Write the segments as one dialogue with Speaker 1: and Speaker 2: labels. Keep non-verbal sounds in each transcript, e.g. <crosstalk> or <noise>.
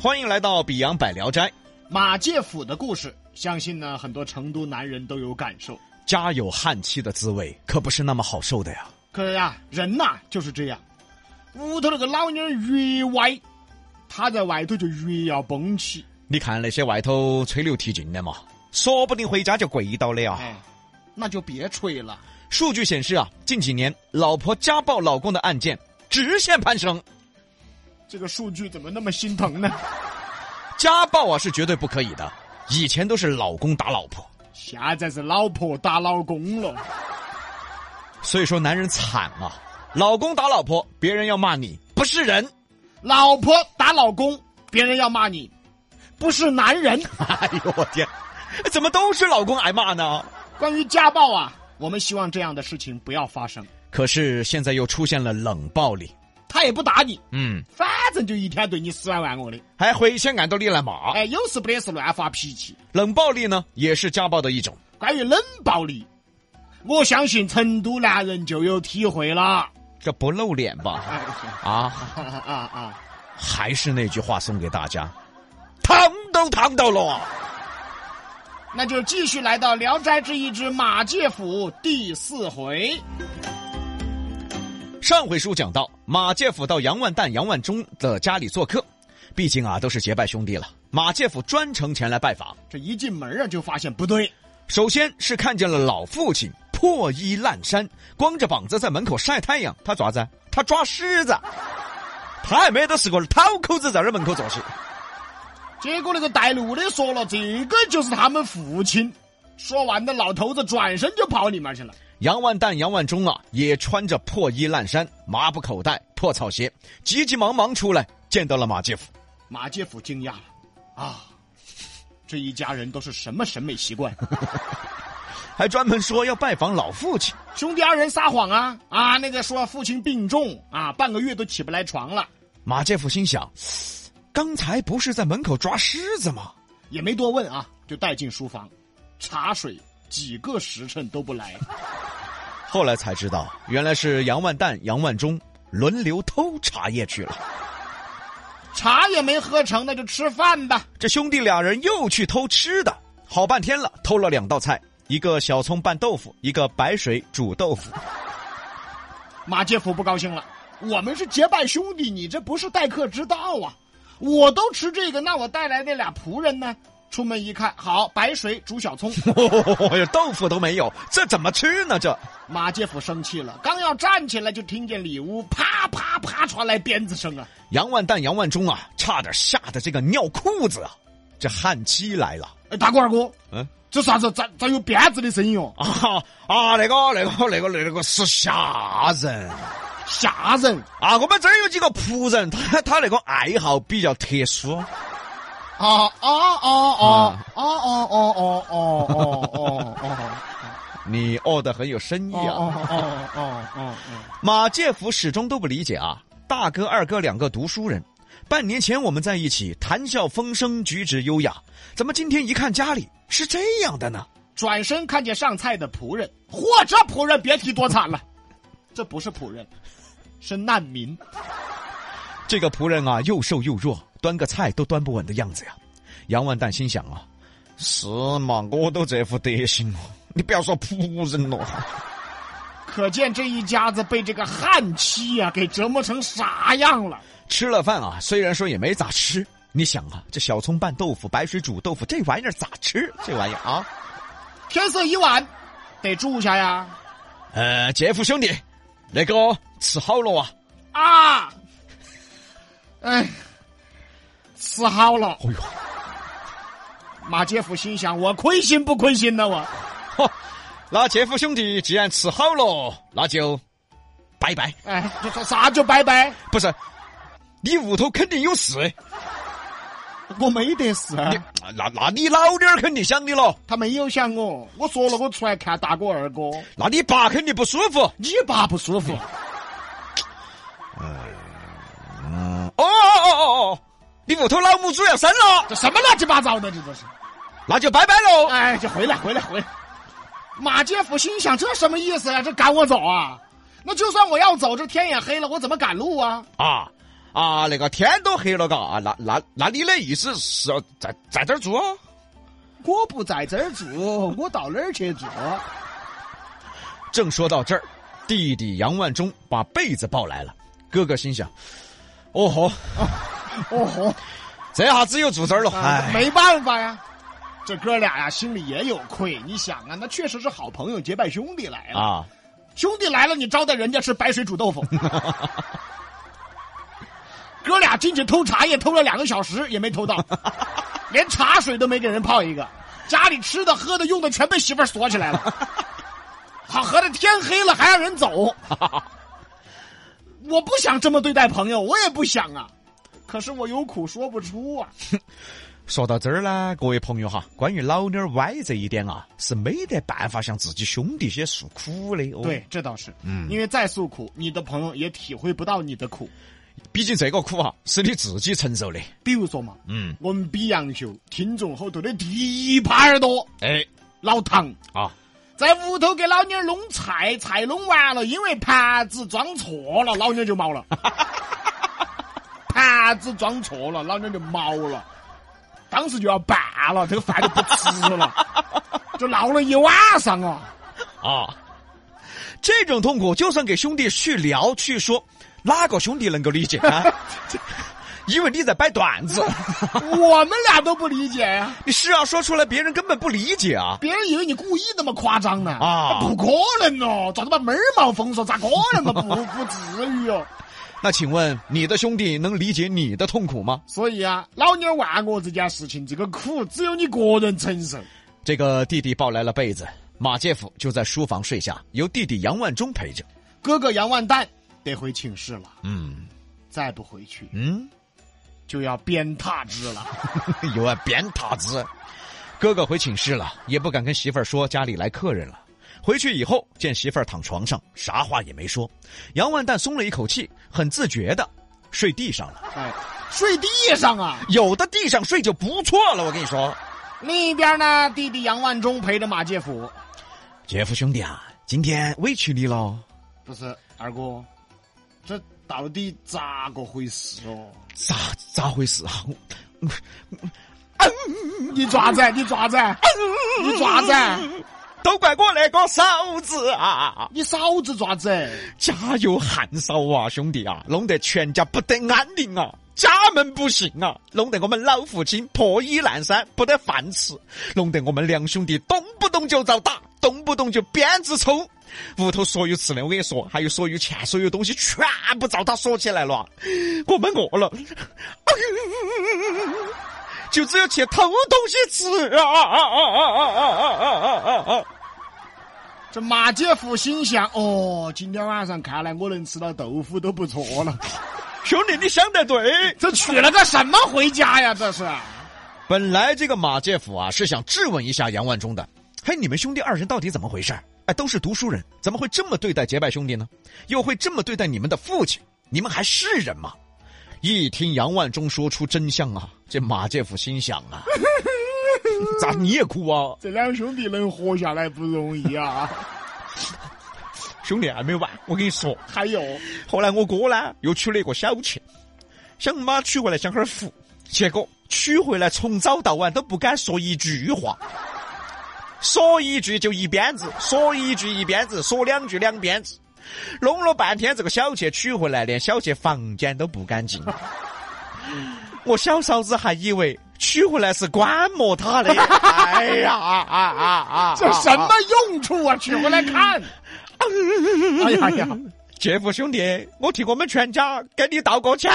Speaker 1: 欢迎来到《比洋百聊斋》，
Speaker 2: 马介甫的故事，相信呢很多成都男人都有感受。
Speaker 1: 家有汉妻的滋味可不是那么好受的呀。
Speaker 2: 可呀、人呐、就是这样，屋头那个老妞儿越歪，她在外头就越要崩起。
Speaker 1: 你看那些外头吹牛提劲的嘛，说不定回家就跪倒了呀。
Speaker 2: 哎，那就别吹了。
Speaker 1: 数据显示啊，近几年老婆家暴老公的案件直线攀升。
Speaker 2: 这个数据怎么那么心疼呢？ <laughs>
Speaker 1: 家暴啊是绝对不可以的，以前都是老公打老婆，
Speaker 2: 现在是老婆打老公了。
Speaker 1: 所以说男人惨啊，老公打老婆，别人要骂你不是人。
Speaker 2: 老婆打老公，别人要骂你，不是男人。
Speaker 1: 哎呦我天，怎么都是老公挨骂呢？
Speaker 2: 关于家暴啊，我们希望这样的事情不要发生。
Speaker 1: 可是现在又出现了冷暴力，
Speaker 2: 他也不打你，
Speaker 1: 嗯，
Speaker 2: 反正就一天对你死来玩我的。
Speaker 1: 还哎回先按道理来骂。
Speaker 2: 哎，有时不得是乱发脾气。
Speaker 1: 冷暴力呢也是家暴的一种。
Speaker 2: 关于冷暴力，我相信成都男人就有体会了。
Speaker 1: 这不露脸吧？
Speaker 2: 哎，
Speaker 1: 啊，
Speaker 2: 啊啊啊！
Speaker 1: 还是那句话送给大家，烫都烫到啊了。
Speaker 2: 那就继续来到《聊斋志异》之马介甫第四回。
Speaker 1: 上回书讲到，马介甫到杨万蛋、杨万忠的家里做客，毕竟啊都是结拜兄弟了。马介甫专程前来拜访，
Speaker 2: 这一进门啊，就发现不对，
Speaker 1: 首先是看见了老父亲破衣烂衫，光着膀子在门口晒太阳。他爪子？他抓虱子。他还没得是个讨口子在这门口做事。
Speaker 2: 结果那个带路的说了，这个就是他们父亲。说完的老头子转身就跑里面去了。
Speaker 1: 杨万蛋、杨万忠啊，也穿着破衣烂衫、麻布口袋、破草鞋，急急忙忙出来，见到了马介甫。
Speaker 2: 马介甫惊讶了，啊，这一家人都是什么审美习惯？
Speaker 1: 还专门说要拜访老父亲。
Speaker 2: 兄弟二人撒谎啊啊！那个说父亲病重啊，半个月都起不来床了，
Speaker 1: 马介甫心想，刚才不是在门口抓虱子吗？
Speaker 2: 也没多问啊，就带进书房，茶水几个时辰都不来。
Speaker 1: 后来才知道，原来是杨万蛋、杨万忠轮流偷茶叶去了。
Speaker 2: 茶也没喝成，那就吃饭吧。
Speaker 1: 这兄弟俩人又去偷吃的，好半天了，偷了两道菜，一个小葱拌豆腐，一个白水煮豆腐。 <laughs>
Speaker 2: 马介甫不高兴了，我们是结拜兄弟，你这不是待客之道啊！我都吃这个，那我带来那俩仆人呢？出门一看，好，白水煮小葱。
Speaker 1: 哦哟，豆腐都没有，这怎么吃呢？这。
Speaker 2: 马介甫生气了，刚要站起来，就听见里屋啪啪啪传来鞭子声啊！
Speaker 1: 杨万蛋、杨万忠啊，差点吓得这个尿裤子啊！这汉妻来了
Speaker 2: 哎，大哥二哥，
Speaker 1: 嗯，
Speaker 2: 这啥子？咋咋有鞭子的声音哦？
Speaker 1: 啊啊！那个、那个、那个、那个是下人
Speaker 2: 吓人
Speaker 1: 啊！我们这儿有几个仆人，他他那个爱好比较特殊，
Speaker 2: 啊啊啊啊啊啊啊啊啊啊啊！ <laughs>
Speaker 1: 你哦的很有深意
Speaker 2: 哦
Speaker 1: 啊。
Speaker 2: 哦哦哦哦哦！
Speaker 1: 马介甫始终都不理解啊，大哥、二哥两个读书人，半年前我们在一起谈笑风生，举止优雅，怎么今天一看家里是这样的呢？
Speaker 2: 转身看见上菜的仆人，嚯，这仆人别提多惨了，这不是仆人，是难民。
Speaker 1: 这个仆人啊，又瘦又弱，端个菜都端不稳的样子呀。杨万蛋心想啊，是嘛，我都这副德行了，你不要说仆人了。
Speaker 2: 可见这一家子被这个汉妻啊给折磨成啥样了。
Speaker 1: 吃了饭啊，虽然说也没咋吃，你想啊，这小葱拌豆腐、白水煮豆腐，这玩意儿咋吃？这玩意儿啊，
Speaker 2: 天色已晚，得住下呀。
Speaker 1: 呃，杰夫兄弟，那个吃好了啊。
Speaker 2: 啊，哎，吃好了。
Speaker 1: 哎呦，
Speaker 2: 马介甫心想：我亏心不亏心呢？我
Speaker 1: 嚯，那杰夫兄弟既然吃好了，那就拜拜。
Speaker 2: 哎，这这啥就拜拜？
Speaker 1: 不是，你屋头肯定有事，
Speaker 2: 我没得事，啊
Speaker 1: 你那那你老爹儿肯定想你了。
Speaker 2: 他没有想我。我说了，我出来看大哥二哥，
Speaker 1: 那你爸肯定不舒服。
Speaker 2: 你爸不舒服。
Speaker 1: 哦哦哦哦哦，你屋头老母猪要生了，
Speaker 2: 这什么乱七八糟的？这都是。
Speaker 1: 那就拜拜喽。
Speaker 2: 哎，就回来，回来，回来。马介甫心想：这什么意思呀、这赶我走啊？那就算我要走，这天也黑了，我怎么赶路啊？
Speaker 1: 啊，啊，那个天都黑了，嘎，啊那那那你的意思是要在在这儿住？哦
Speaker 2: 我不在这儿住，我到哪儿去住？
Speaker 1: 正说到这儿，弟弟杨万忠把被子抱来了。哥哥心想：“哦吼，
Speaker 2: <laughs> 哦吼，
Speaker 1: 这下子又住这儿了。
Speaker 2: 啊
Speaker 1: 哎，
Speaker 2: 没办法呀。这哥俩呀，心里也有愧。你想啊，那确实是好朋友结拜兄弟来了，
Speaker 1: 啊，
Speaker 2: 兄弟来了，你招待人家吃白水煮
Speaker 1: <laughs>
Speaker 2: 豆腐。哥俩进去偷茶叶，偷了两个小时也没
Speaker 1: <laughs>
Speaker 2: 偷到，连茶水都没给人泡一个。家里吃的、喝的、用的全被媳妇儿锁起来了。
Speaker 1: <laughs>
Speaker 2: 好，合着天黑了还让人走，我不想这么对待朋友，我也不想啊。可是我有苦说不出啊。
Speaker 1: 说到这儿呢，各位朋友哈，关于老妞儿歪这一点啊，是没得办法向自己兄弟些诉苦的。哦、
Speaker 2: 对，，这倒是，
Speaker 1: 嗯
Speaker 2: 因为再诉苦，你的朋友也体会不到你的苦。
Speaker 1: 毕竟这个苦啊，是你自己承受的。
Speaker 2: 比如说嘛，
Speaker 1: 嗯，
Speaker 2: 我们比杨秀听众后头的第一耙耳朵
Speaker 1: 哎，
Speaker 2: 老唐，
Speaker 1: 啊，
Speaker 2: 在屋头给老妞儿弄菜，菜弄完了，因为盘子装错了，老妞儿就
Speaker 1: <laughs>
Speaker 2: 毛了。盘子装错了，老妞儿就毛了，当时就要办了，这个饭就不吃
Speaker 1: <laughs>
Speaker 2: 了，就闹了一晚上啊。
Speaker 1: 啊，这种痛苦，就算给兄弟去聊去说，哪个兄弟能够理解 <laughs> 啊？因为你在摆段 <laughs> 子，
Speaker 2: 我们俩都不理解啊呀、
Speaker 1: 你是要说出来，别人根本不理解啊。
Speaker 2: 别人以为你故意那么夸张呢
Speaker 1: 啊
Speaker 2: 不可能哦，咋子把门儿冒封锁？咋可能嘛？不 <laughs> 不至于哦。
Speaker 1: 那请问你的兄弟能理解你的痛苦吗？
Speaker 2: 所以啊，老妞儿万我这件事情，这个苦只有你个人承受。
Speaker 1: 这个弟弟抱来了被子，马介甫就在书房睡下，由弟弟杨万忠陪着。
Speaker 2: 哥哥杨万蛋得回寝室了，
Speaker 1: 嗯
Speaker 2: 再不回去
Speaker 1: 嗯，
Speaker 2: 就要鞭挞之了。
Speaker 1: 有啊，鞭挞子。哥哥回寝室了，也不敢跟媳妇儿说家里来客人了。回去以后，见媳妇儿躺床上，啥话也没说。杨万蛋松了一口气，很自觉的睡地上了。
Speaker 2: 哎，睡地上啊，
Speaker 1: 有的地上睡就不错了，我跟你说。
Speaker 2: 另一边呢，弟弟杨万忠陪着马介甫。
Speaker 1: 杰夫兄弟啊，今天委屈你喽。
Speaker 2: 不是二哥，这到底咋个回事哦？
Speaker 1: 咋咋回事啊？我
Speaker 2: 你爪子？你爪子？你爪子？
Speaker 1: 都怪我那个嫂子啊！
Speaker 2: 你嫂子爪子？哎
Speaker 1: 家有旱梢啊，兄弟啊，弄得全家不得安宁啊，家门不幸啊，弄得我们老父亲破衣烂衫，不得饭吃，弄得我们两兄弟动不动就遭打，动不动就鞭子抽。屋头所有吃的，我跟你说，还有所有钱，所有东西全部遭他锁起来了啊。我们饿了， <laughs> 就只有去偷东西吃啊啊啊啊啊啊啊啊啊啊！
Speaker 2: 这马介甫心想：哦，今天晚上看来我能吃到豆腐都不错了。
Speaker 1: 兄弟，你想得对。
Speaker 2: <laughs> 这娶了个什么回家呀？这是
Speaker 1: 本来这个马介甫啊是想质问一下杨万忠的，嘿，你们兄弟二人到底怎么回事儿？哎，都是读书人，怎么会这么对待结拜兄弟呢？又会这么对待你们的父亲？你们还是人吗？一听杨万忠说出真相啊，这马介甫心想 <laughs> 啊，咋你也哭啊？
Speaker 2: 这两兄弟能活下来不容易啊！
Speaker 1: 兄弟还没完，我跟你说，
Speaker 2: 还有，
Speaker 1: 后来我哥呢又娶了一个小妾，想妈娶回来享哈儿福，结果娶回来从早到晚都不敢说一句话，说一句就一鞭子，说一句一鞭子，说两句两鞭子，弄了半天这个小妾娶回来连小妾房间都不
Speaker 2: <laughs>
Speaker 1: 敢进，我小嫂子还以为娶回来是观摩她的，哎呀啊啊啊啊！
Speaker 2: 这什么用处啊？娶回来看，哎呀呀！
Speaker 1: 杰夫兄弟，我替我们全家给你道个歉。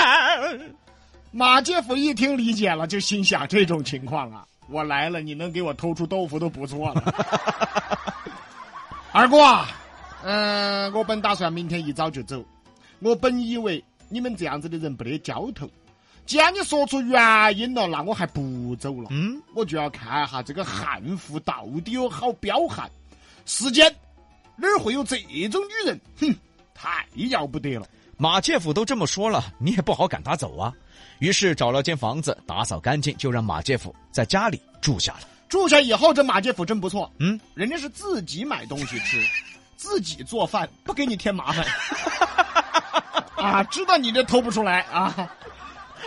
Speaker 2: 马介甫一听理解了，就心想：这种情况啊，我来了，你能给我偷出豆腐都不错了。二哥啊，嗯、我本打算明天一早就走，我本以为你们这样子的人不得交头，既然你说出原因了，那我还不走了。
Speaker 1: 嗯。
Speaker 2: 我就要看一下这个汉服到底有好彪悍。世间哪儿会有这种女人？哼，太要不得了！
Speaker 1: 马介甫都这么说了，你也不好赶他走啊。于是找了间房子，打扫干净，就让马介甫在家里住下了。
Speaker 2: 住下以后，这马介甫真不错，
Speaker 1: 嗯，
Speaker 2: 人家是自己买东西吃，自己做饭，不给你添麻烦。啊，知道你这偷不出来啊，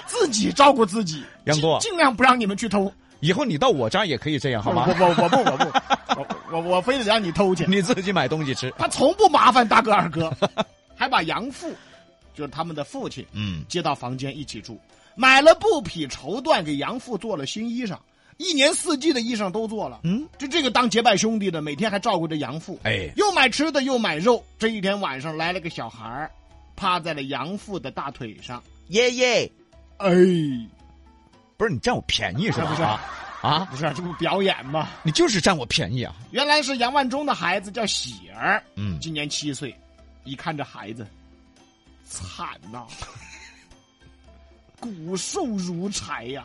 Speaker 2: 自己照顾自己，
Speaker 1: 杨哥
Speaker 2: 尽尽量不让你们去偷，
Speaker 1: 以后你到我家也可以这样，好吗
Speaker 2: 我？我我不我不，我我我非得让你偷去，
Speaker 1: 你自己买东西吃。
Speaker 2: 他从不麻烦大哥二哥，还把养父，就是他们的父亲，
Speaker 1: 嗯，
Speaker 2: 接到房间一起住，买了布匹绸缎给养父做了新衣裳，一年四季的衣裳都做了。
Speaker 1: 嗯，
Speaker 2: 就这个当结拜兄弟的，每天还照顾着养父，
Speaker 1: 哎，
Speaker 2: 又买吃的又买肉。这一天晚上来了个小孩儿，趴在了养父的大腿上，
Speaker 1: 爷爷，
Speaker 2: 哎，
Speaker 1: 不是你占我便宜是吧？
Speaker 2: 不是
Speaker 1: 啊啊，
Speaker 2: 不是这不表演吗？
Speaker 1: 你就是占我便宜啊！
Speaker 2: 原来是杨万忠的孩子叫喜儿，
Speaker 1: 嗯，
Speaker 2: 今年七岁，一看这孩子，惨呐、骨瘦如柴呀、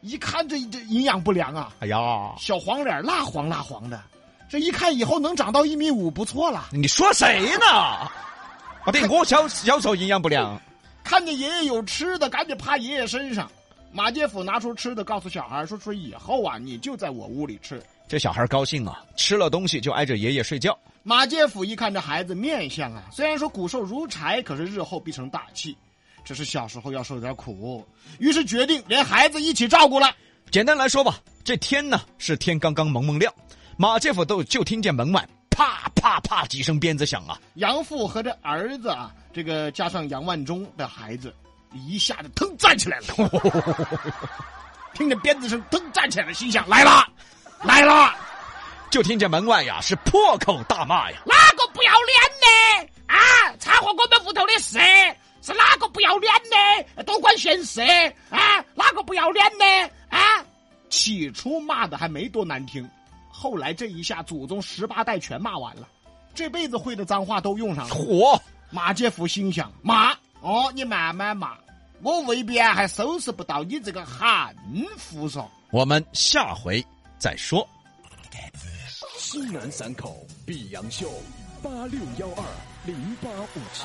Speaker 2: 一看这这营养不良啊，
Speaker 1: 哎呀，
Speaker 2: 小黄脸蜡黄蜡黄的，这一看以后能长到一米五不错了。
Speaker 1: 你说谁呢？
Speaker 2: <laughs>
Speaker 1: 啊，对，我小小时候营养不良，
Speaker 2: 看见爷爷有吃的，赶紧趴爷爷身上。马介甫拿出吃的，告诉小孩说：“说以后啊，你就在我屋里吃。
Speaker 1: 这小孩高兴啊，吃了东西就挨着爷爷睡觉。”
Speaker 2: 马介甫一看这孩子面相啊，虽然说骨瘦如柴，可是日后必成大器。只是小时候要受点苦，于是决定连孩子一起照顾了。
Speaker 1: 简单来说吧，这天呢是天刚刚蒙蒙亮，马介甫都就听见门外啪啪啪几声鞭子响啊，
Speaker 2: 杨父和这儿子啊，这个加上杨万忠的孩子，一下子腾站起来了。听着鞭子声，腾站起来了，心想来啦，来啦，
Speaker 1: 就听见门外呀是破口大骂呀，
Speaker 3: 哪个不要脸的啊？掺和我们屋头的事，是哪个不要脸的？多管闲事啊？哪个不要脸的啊？
Speaker 2: 起初骂的还没多难听，后来这一下祖宗十八代全骂完了，这辈子会的脏话都用上了。
Speaker 1: 火
Speaker 2: 马介甫心想：骂哦，你慢慢骂，我未必啊还收拾不到你这个汉服嗦。
Speaker 1: 我们下回再说。
Speaker 4: 西南散口碧阳秀，八六幺二零八五七。